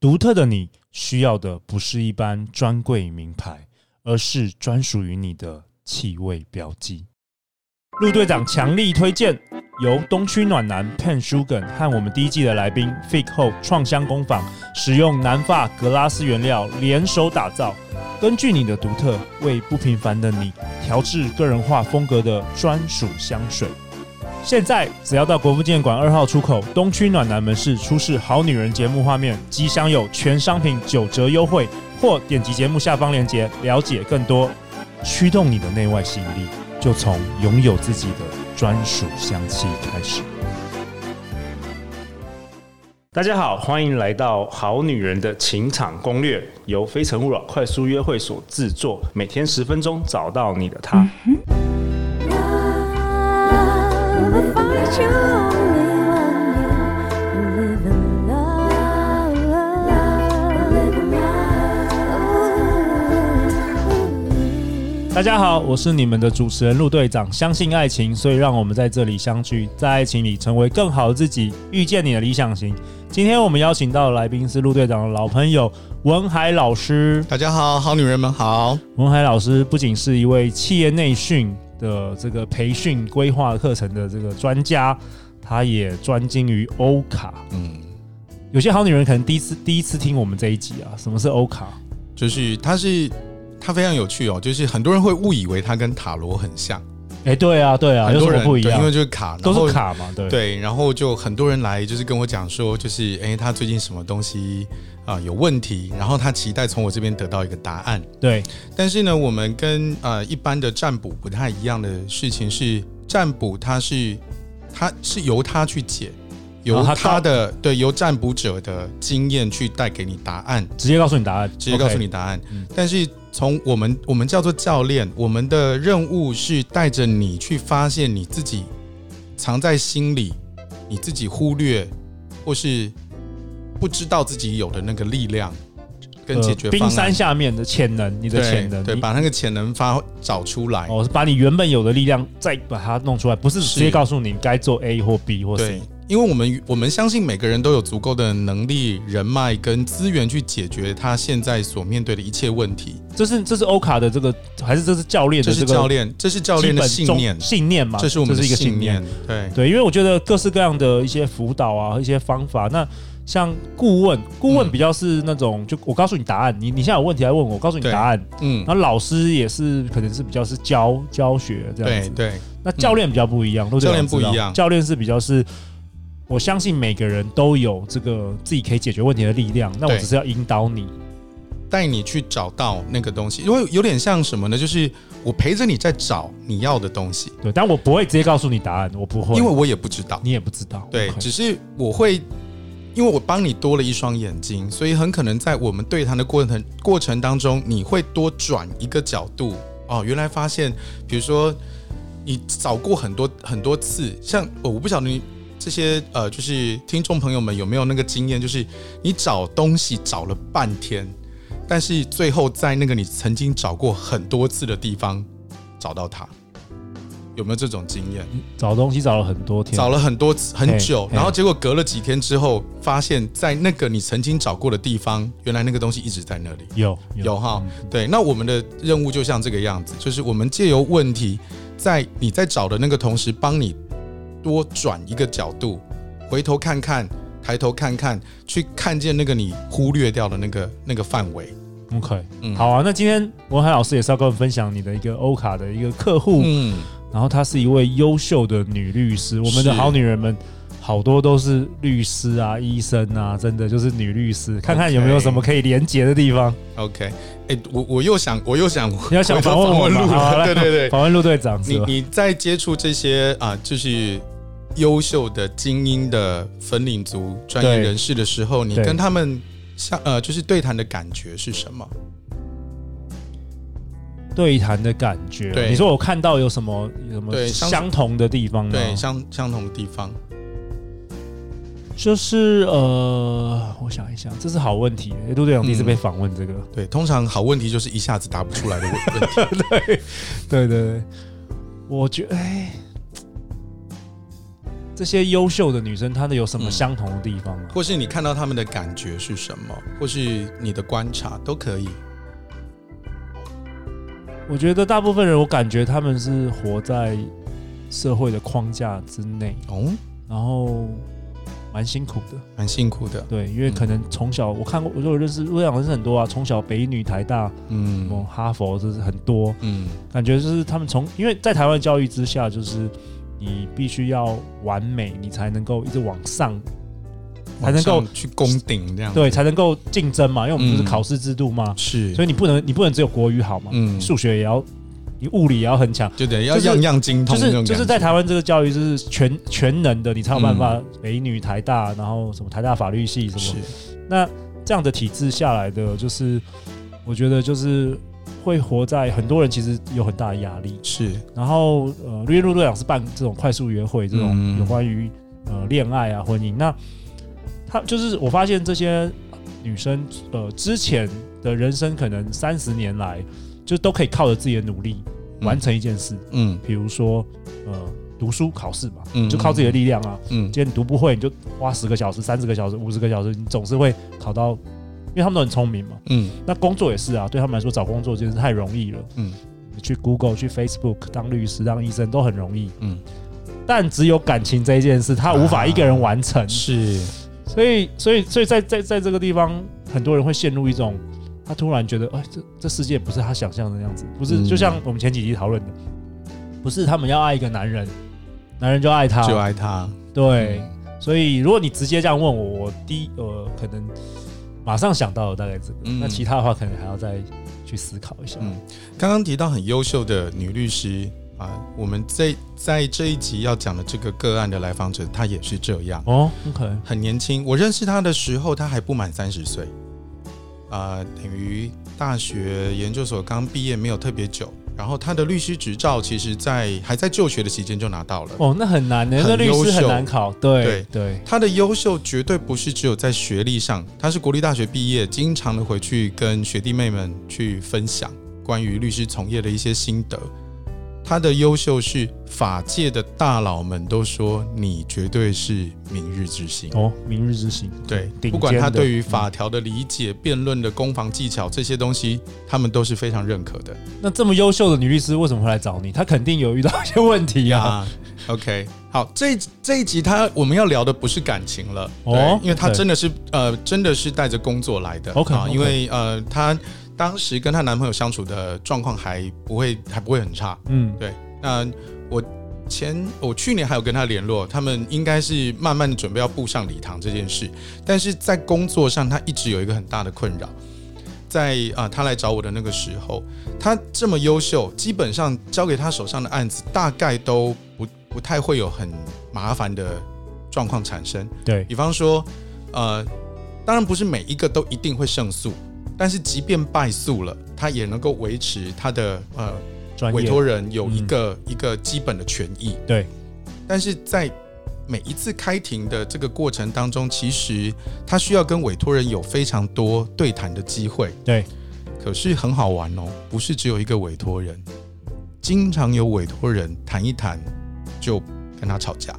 独特的你需要的不是一般专柜名牌，而是专属于你的气味标记。陆队长强力推荐由东区暖男 Pen Sugan 和我们第一季的来宾 Fig 后创香工坊使用南法格拉斯原料联手打造，根据你的独特为不平凡的你调制个人化风格的专属香水。现在只要到国父纪念馆二号出口东区暖男门市出示“好女人”节目画面，即享有全商品九折优惠，或点击节目下方链接了解更多。驱动你的内外吸引力，就从拥有自己的专属香气开始。大家好，欢迎来到《好女人的情场攻略》，由非诚勿扰快速约会所制作，每天十分钟，找到你的他。 Love, I find you only one you live in love, live in love. 大家好，我是你们的主持人陆队长。相信爱情，所以让我们在这里相聚，在爱情里成为更好的自己，遇见你的理想型。今天我们邀请到的来宾是陆队长的老朋友文海老师。大家好，好女人们好。文海老师不仅是一位企业内训的这个培训规划课程的这个专家，他也专精于欧卡。嗯，有些好女人可能第一次第一次听我们这一集啊，什么是欧卡？就是它是它非常有趣哦，就是很多人会误以为它跟塔罗很像，哎、对啊，对啊，很有什多么人不一对样因为？就是卡，然都后是。卡嘛，对。对，然后就很多人来，就是跟我讲说，就是哎，他最近什么东西啊、有问题，然后他期待从我这边得到一个答案。对但是呢，我们跟呃一般的占卜不太一样的事情是，占卜它是它是由他去解，由然后他他的对由占卜者的经验去带给你答案。直接告诉你答案，直接告诉 OK 你答案。嗯但是从我们我们叫做教练，我们的任务是带着你去发现你自己藏在心里，你自己忽略或是不知道自己有的那个力量跟解决呃、冰方山案。下面的潜能，你的潜能，对，你对，把那个潜能发找出来。哦，是把你原本有的力量再把它弄出来，不是是直接告诉你该做 A 或 B 或 C 对。，因为我们我们相信每个人都有足够的能力、人脉跟资源去解决他现在所面对的一切问题。这是这是欧卡的这个，还是这是教练这的是这个教练，这是教基练的本信中念，信念嘛，这是我们的一个信信念。念。对，对，因为我觉得各式各样的一些辅导啊，一些方法，那像顾问，顾问嗯比较是那种，就我告诉你答案，你你现在有问题来问我，我告诉你对答案。嗯然，后老师也是可能是比较是教教学这样对子，对，那教练比较不一样，陆队教练长知不一道样教练是比较是，我相信每个人都有这个自己可以解决问题的力量，那我对只是要引导你，带你去找到那个东西，因为有点像什么呢？就是我陪着你在找你要的东西，对，但我不会直接告诉你答案，我不会，因为我也不知道。你也不知道，对， OK 只是我会，因为我帮你多了一双眼睛，所以很可能在我们对谈的过程过程当中，你会多转一个角度哦。原来发现，比如说你找过很多很多次，像哦我我不晓得你这些呃，就是听众朋友们有没有那个经验，就是你找东西找了半天，但是最后在那个你曾经找过很多次的地方找到它，有没有这种经验？找东西找了很多天，找了很多次很久，嘿然后结果隔了几天之后，发现在那个你曾经找过的地方，原来那个东西一直在那里。有嗯有哈，对，那我们的任务就像这个样子，就是我们借由问题，在你在找的那个同时，帮你多转一个角度，回头看看，抬头看看，去看见那个你忽略掉的那个那个范围。 OK，、嗯好啊，那今天文海老师也是要跟我们分享你的一个欧卡的一个客户，嗯，然后她是一位优秀的女律师，我们的是好女人们。好多都是律师啊、医生啊，真的就是女律师，看看有没有什么可以连结的地方。 OK，哎、我我又想，我又想，你要想回头访问我访吗问路好啊来了，对对对，访问陆队长是你吧？你在接触这些啊、就是优秀的精英的粉领族专业对人士的时候，你对跟他们相呃，就是对谈的感觉是什么？对谈的感觉，对你说我看到有什么有什么对相相同的地方吗？对，相相同的地方，就是呃，我想一想，这是好问题。诶陆队长第一嗯次被访问这个， 对，通常好问题就是一下子答不出来的问问题。对对对，我觉得哎，这些优秀的女生，她的有什么嗯相同的地方吗？或是你看到他们的感觉是什么，或是你的观察都可以。我觉得大部分人，我感觉他们是活在社会的框架之内，哦，然后蛮辛苦的。蛮辛苦的。对，因为可能从小我看过，我就有认识，我想认识很多啊，从小北一女、台大、什么嗯哈佛，就是很多，嗯感觉就是他们从，因为在台湾教育之下，就是你必须要完美，你才能够一直往上，才能够往上去攻顶这样。，对，才能够竞争嘛，因为我们就是嗯考试制度嘛，是，所以你不能，你不能只有国语好嘛，嗯数学也要，你物理也要很强。就得要就是样样精通就那种是嗯感觉。就是在台湾这个教育就是全全能的，你才有办法北一女台大，然后什么台大法律系什么是，那这样的体制下来的，就是我觉得就是会活在很多人其实有很大的压力。是然后呃，因为陆队长是办这种快速约会，这种嗯有关于呃恋爱啊、婚姻，那他就是我发现这些女生呃之前的人生可能三十年来，就都可以靠着自己的努力完，成一件事，嗯比如说呃读书考试嘛，嗯就靠自己的力量啊，嗯，今天你读不会，你就花十个小时、三十个小时、五十个小时，你总是会考到，因为他们都很聪明嘛。嗯那工作也是啊，对他们来说找工作真是太容易了。嗯你去 Google、去 Facebook 当律师、当医生都很容易，嗯但只有感情这一件事，他无法一个人完成。是，所以，所以，所以在在在这个地方，很多人会陷入一种，他突然觉得，哎，这这世界不是他想象的那样子，不是、嗯就像我们前几集讨论的，不是他们要爱一个男人，男人就爱他，就爱他。对。所以如果你直接这样问我，我第一呃可能马上想到的大概这个，嗯那其他的话可能还要再去思考一下。嗯刚刚提到很优秀的女律师啊，我们在在这一集要讲的这个个案的来访者，她也是这样，哦，OK，很年轻。我认识她的时候，她还不满三十岁，啊、等于大学研究所刚毕业没有特别久。然后她的律师执照，其实在还在就学的期间就拿到了。哦，那很难呢、很那律优师秀很难考，对对对，他的优秀绝对不是只有在学历上，他是国立大学毕业，经常的回去跟学弟妹们去分享关于律师从业的一些心得。他的优秀是法界的大佬们都说你绝对是明日之星。哦，明日之星，对顶尖，的不管他对于法条的理解、辩论的攻防技巧这些东西，他们都是非常认可的。那这么优秀的女律师为什么会来找你？她肯定有遇到一些问题 啊。啊。OK，好，这这一集他我们要聊的不是感情了，哦哦，因为他 OK 真的是呃，真的是带着工作来的 OK，啊， OK 因为呃，她当时跟她男朋友相处的状况还不会还不会很差，嗯，对，那我前我去年还有跟他联络，他们应该是慢慢的准备要步上礼堂这件事，但是在工作上他一直有一个很大的困扰。在啊、他来找我的那个时候，他这么优秀，基本上交给他手上的案子，大概都不不太会有很麻烦的状况产生。对，比方说，呃，当然不是每一个都一定会胜诉，但是即便败诉了，他也能够维持他的呃专委业嗯托人有一个、一个基本的权益。对，但是在每一次开庭的这个过程当中，其实他需要跟委托人有非常多对谈的机会。对，可是很好玩哦，不是只有一个委托人，经常有委托人谈一谈就跟他吵架，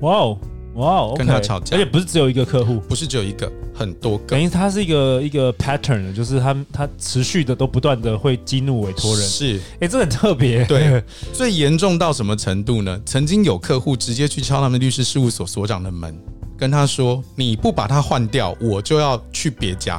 哇哦哇哦，跟 OK 她吵架而且不是只有一个客户。不是只有一个，很多个等。于它是一个一个 pattern，就是他他持续的都不断的会激怒委托人，是哎、这很特别。 对，最严重到什么程度呢？曾经有客户直接去敲他们律师事务所所长的门，跟他说：“你不把他换掉，我就要去别家。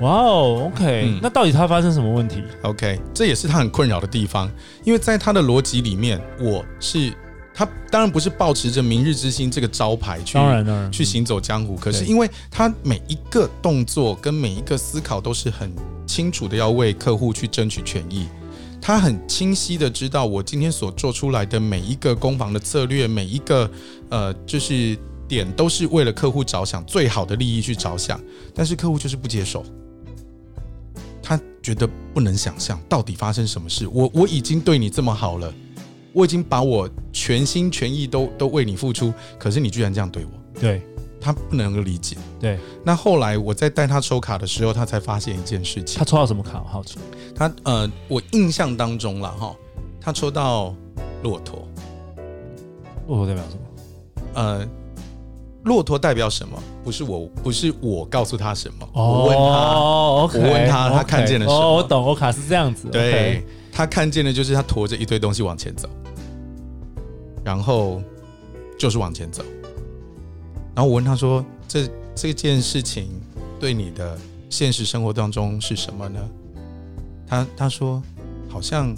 哇哦，OK，、嗯那到底他发生什么问题？” OK，这也是他很困扰的地方，因为在他的逻辑里面，我是他当然不是抱持着“明日之星”这个招牌去当然，当然，去行走江湖，可是嗯对因为他每一个动作跟每一个思考都是很清楚的，要为客户去争取权益。他很清晰的知道我今天所做出来的每一个攻防的策略，每一个呃，就是点都是为了客户着想，最好的利益去着想。但是客户就是不接受，他觉得不能想象到底发生什么事。我我已经对你这么好了，我已经把我全心全意都都为你付出，可是你居然这样对我。对他不能够理解。对，那后来我在带他抽卡的时候，他才发现一件事情他，抽到什么卡？我好奇。他呃，我印象当中了哈，他抽到骆驼，骆驼代表什么？呃，骆驼代表什么？不是我，不是我告诉他什么，我问他，哦，OK，我问他他看见了什么哦，我懂，欧卡是这样子。对他看见的就是他驮着一堆东西往前走，然后就是往前走。然后我问他说：“这这件事情对你的现实生活当中是什么呢？”他他说：“好像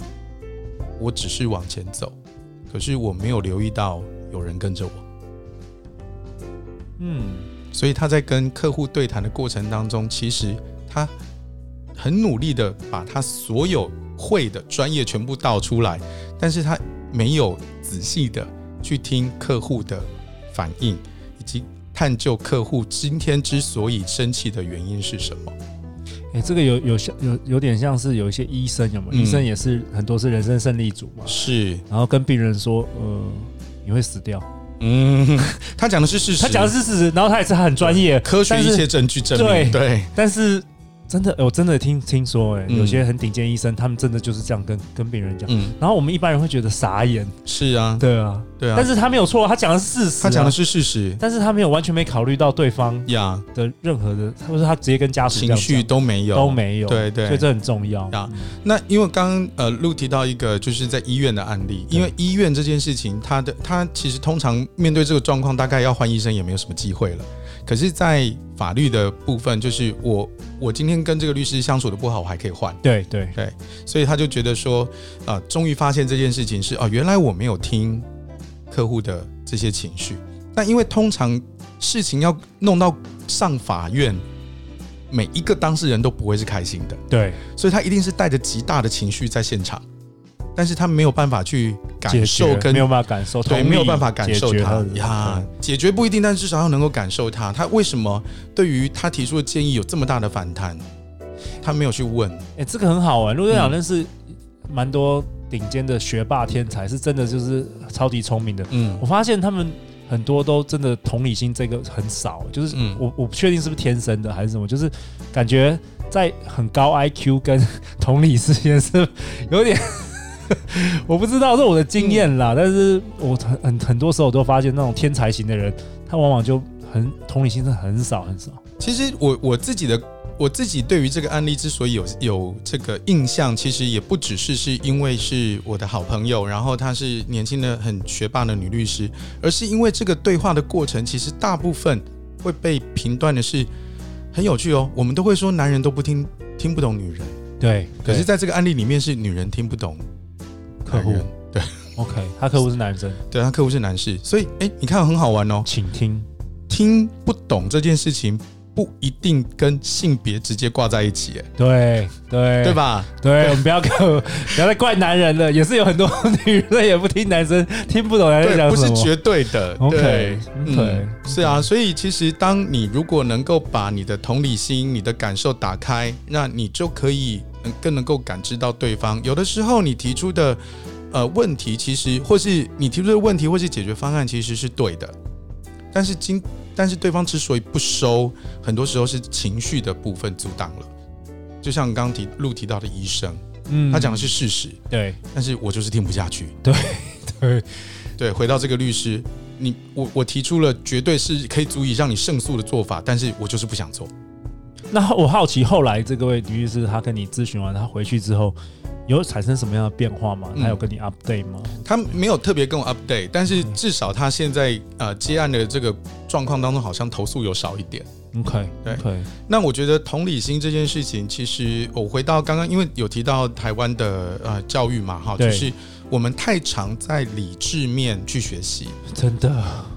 我只是往前走，可是我没有留意到有人跟着我。”嗯，所以他在跟客户对谈的过程当中，其实他很努力的把他所有会的专业全部倒出来，但是他没有仔细的去听客户的反应，以及探究客户今天之所以生气的原因是什么。哎，这个有有像有有点像是有一些医生有没有？嗯医生也是很多是人生胜利组嘛，是，然后跟病人说，呃，你会死掉。嗯，他讲的是事实，他讲的是事实，然后他也是很专业，科学但一是些证据证明， 对对，但是真的，哎我真的听听说、欸，哎、嗯有些很顶尖医生，他们真的就是这样跟跟病人讲。嗯，然后我们一般人会觉得傻眼，是啊，对啊，对啊，但是他没有错，他讲的是事实、啊他讲的，是事实但是他没有完全没考虑到对方呀，的任何的，或者他直接跟家属这情样绪讲都没有，都没有，对对所以这很重要。呀啊那因为刚刚呃，陆提到一个就是在医院的案例，因为医院这件事情，他的他其实通常面对这个状况，大概要换医生也没有什么机会了。可是，在法律的部分，就是我我今天跟这个律师相处的不好，我还可以换，对对，所以他就觉得说，啊、终于发现这件事情是啊、原来我没有听客户的这些情绪。那因为通常事情要弄到上法院，每一个当事人都不会是开心的。对，所以他一定是带着极大的情绪在现场，但是他没有办法去解感受决跟没有办法感受，对同理没有办法感受解决嗯他的呀，解决不一定，但至少要能够感受他。他为什么对于他提出的建议有这么大的反弹？他没有去问，哎、这个很好玩。陆队长嗯认识蛮多顶尖的学霸天才，是真的就是超级聪明的。嗯我发现他们很多都真的同理心这个很少，就是嗯我我不确定是不是天生的还是什么，就是感觉在很高 IQ 跟同理之间是有点。 我不知道，这是我的经验啦。但是我很很很多时候我都发现，那种天才型的人，他往往就很同理心是很少很少。其实我我自己的我自己对于这个案例之所以有有这个印象，其实也不只是是因为是我的好朋友，然后她是年轻的很学霸的女律师，而是因为这个对话的过程，其实大部分会被评断的是很有趣哦。我们都会说男人都不听听不懂女人，对，可是对在这个案例里面是女人听不懂客户男人 OK，他客户是男生，对，啊他客户是男士，所以哎，你看很好玩哦。请听。听不懂这件事情不一定跟性别直接挂在一起，哎，对对对？吧？对，我们不要不要再怪男人了，也是有很多女人也不听男生，听不懂男人对，讲不什是么。绝对的。 OK，对 OK，是啊，所以其实当你如果能够把你的同理心、你的感受打开，那你就可以嗯更能够感知到对方。有的时候你提出的呃问题，其实或是你提出的问题或是解决方案，其实是对的，但是今但是对方之所以不收，很多时候是情绪的部分阻挡了。就像刚刚提陆提到的医生，嗯他讲的是事实，对但是我就是听不下去。 对对，回到这个律师，你我我提出了绝对是可以足以让你胜诉的做法，但是我就是不想做。那我好奇，后来这各位女律师，她跟你咨询完，她回去之后有产生什么样的变化吗？嗯她有跟你 update 吗？他没有特别跟我 update，但是至少他现在呃接案的这个状况当中，好像投诉有少一点。 OK，对 OK，那我觉得同理心这件事情，其实呃我回到刚刚，因为有提到台湾的呃教育嘛，哈，对就是我们太常在理智面去学习，真的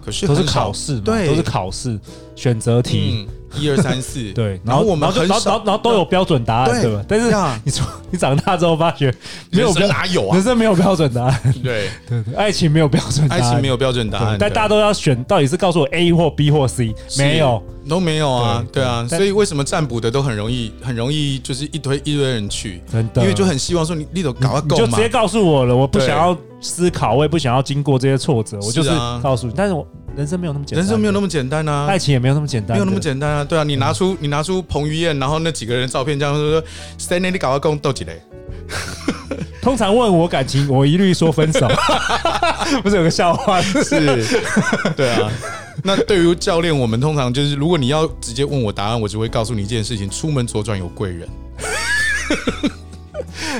可是都是很少考试嘛，对都是考试选择题，嗯一二三 四，对，然后我们然后就很然后然少后然后都有标准答案，对对吧？但是呀，你说你长大之后发觉没有人标生哪有啊人？生没有标准答案，对， 对对，爱情没有标准答爱案，情没有标准答案对，但对大家都要选，到底是告诉我 A 或 B 或 C？是没有，都没有啊，对对啊，但所以为什么占卜的都很容易，很容易就是一堆一堆人去，真的，因为就很希望说你你都搞啊你就够直嘛，接告诉我了，我不对想要思考，我也不想要经过这些挫折，我就是是啊告诉你。但是我人生没有那么简单，人生没有那么，么简单啊，爱情也没有那么简单，嗯没有那么。简单啊，对啊，你拿出你拿出彭于晏，然后那几个人的照片，这样说谁那里搞啊够斗几嘞？ 通常问我感情，我一律说分手。不是有个笑话？是， 对啊。那对于教练，我们通常就是，如果你要直接问我答案，我只会告诉你一件事情：出门左转有贵人。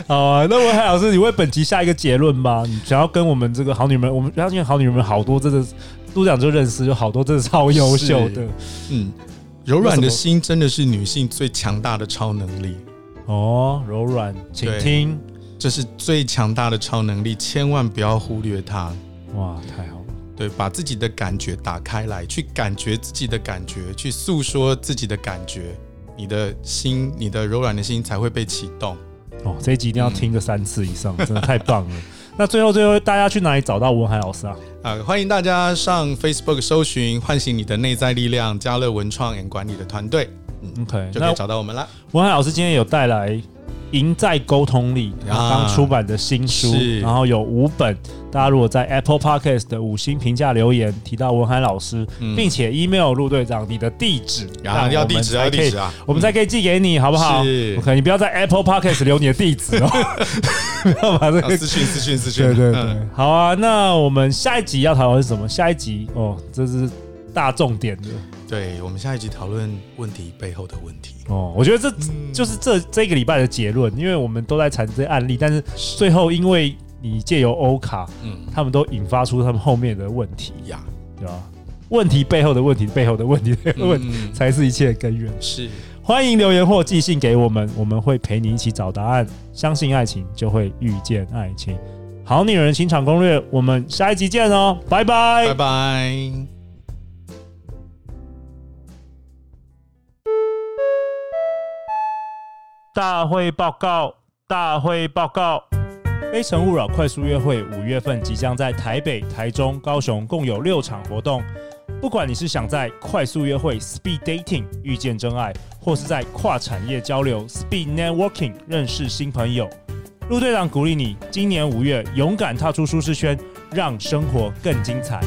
好啊，那文海老师，你为本集下一个结论吧。你想要跟我们这个好女人，我们相信好女人们好多真的是，都长就认识，有好多真的超优秀的是嗯，柔软那什的么心真的是女性最强大的超能力，哦，柔软倾对听，这是最强大的超能力，千万不要忽略它。哇，太好了。对，把自己的感觉打开来，去感觉自己的感觉，去诉说自己的感觉，你的心，你的柔软的心才会被启动。哦，这一集一定要听个三次以上，嗯真的太棒 了。那最后最后，大家去哪里找到文海老师啊？啊、欢迎大家上 Facebook 搜寻“唤醒你的内在力量”，家乐文创 and 管理的团队 OK，嗯就可那以找到我们啦。文海老师今天有带来《赢在沟通力》然后刚出版的新书，啊是然后有五本。大家如果在 Apple Podcast 的五星评价留言提到文海老师，并且 email 陆队长你的地址，嗯啊让要我们地址才要地可以址啊我们才可以寄给你，好不好是？OK，你不要在 Apple Podcast 留你的地 址哦， 不要把这啊个私讯私讯私讯， 对对对，嗯好啊，那我们下一集要讨论什么？下一集哦，这是大重点的 对，我们下一集讨论问题背后的问题。哦。我觉得这、嗯就是这这个礼拜的结论，因为我们都在谈这些案例，但是最后因为你借由欧卡，嗯他们都引发出他们后面的问题，呀，对吧？问题背后的问题，背后的问题，背后的问题、嗯才是一切的根源。是，欢迎留言或寄信给我们，我们会陪你一起找答案。相信爱情，就会遇见爱情。好女人情场攻略，我们下一集见哦，拜拜拜拜。大会报告，大会报告。《非诚勿扰》快速约会五月份即将在台北、台中、高雄共有六场活动。不管你是想在快速约会 （Speed Dating） 遇见真爱，或是在跨产业交流 （Speed Networking） 认识新朋友，陆队长鼓励你，今年五月勇敢踏出舒适圈，让生活更精彩。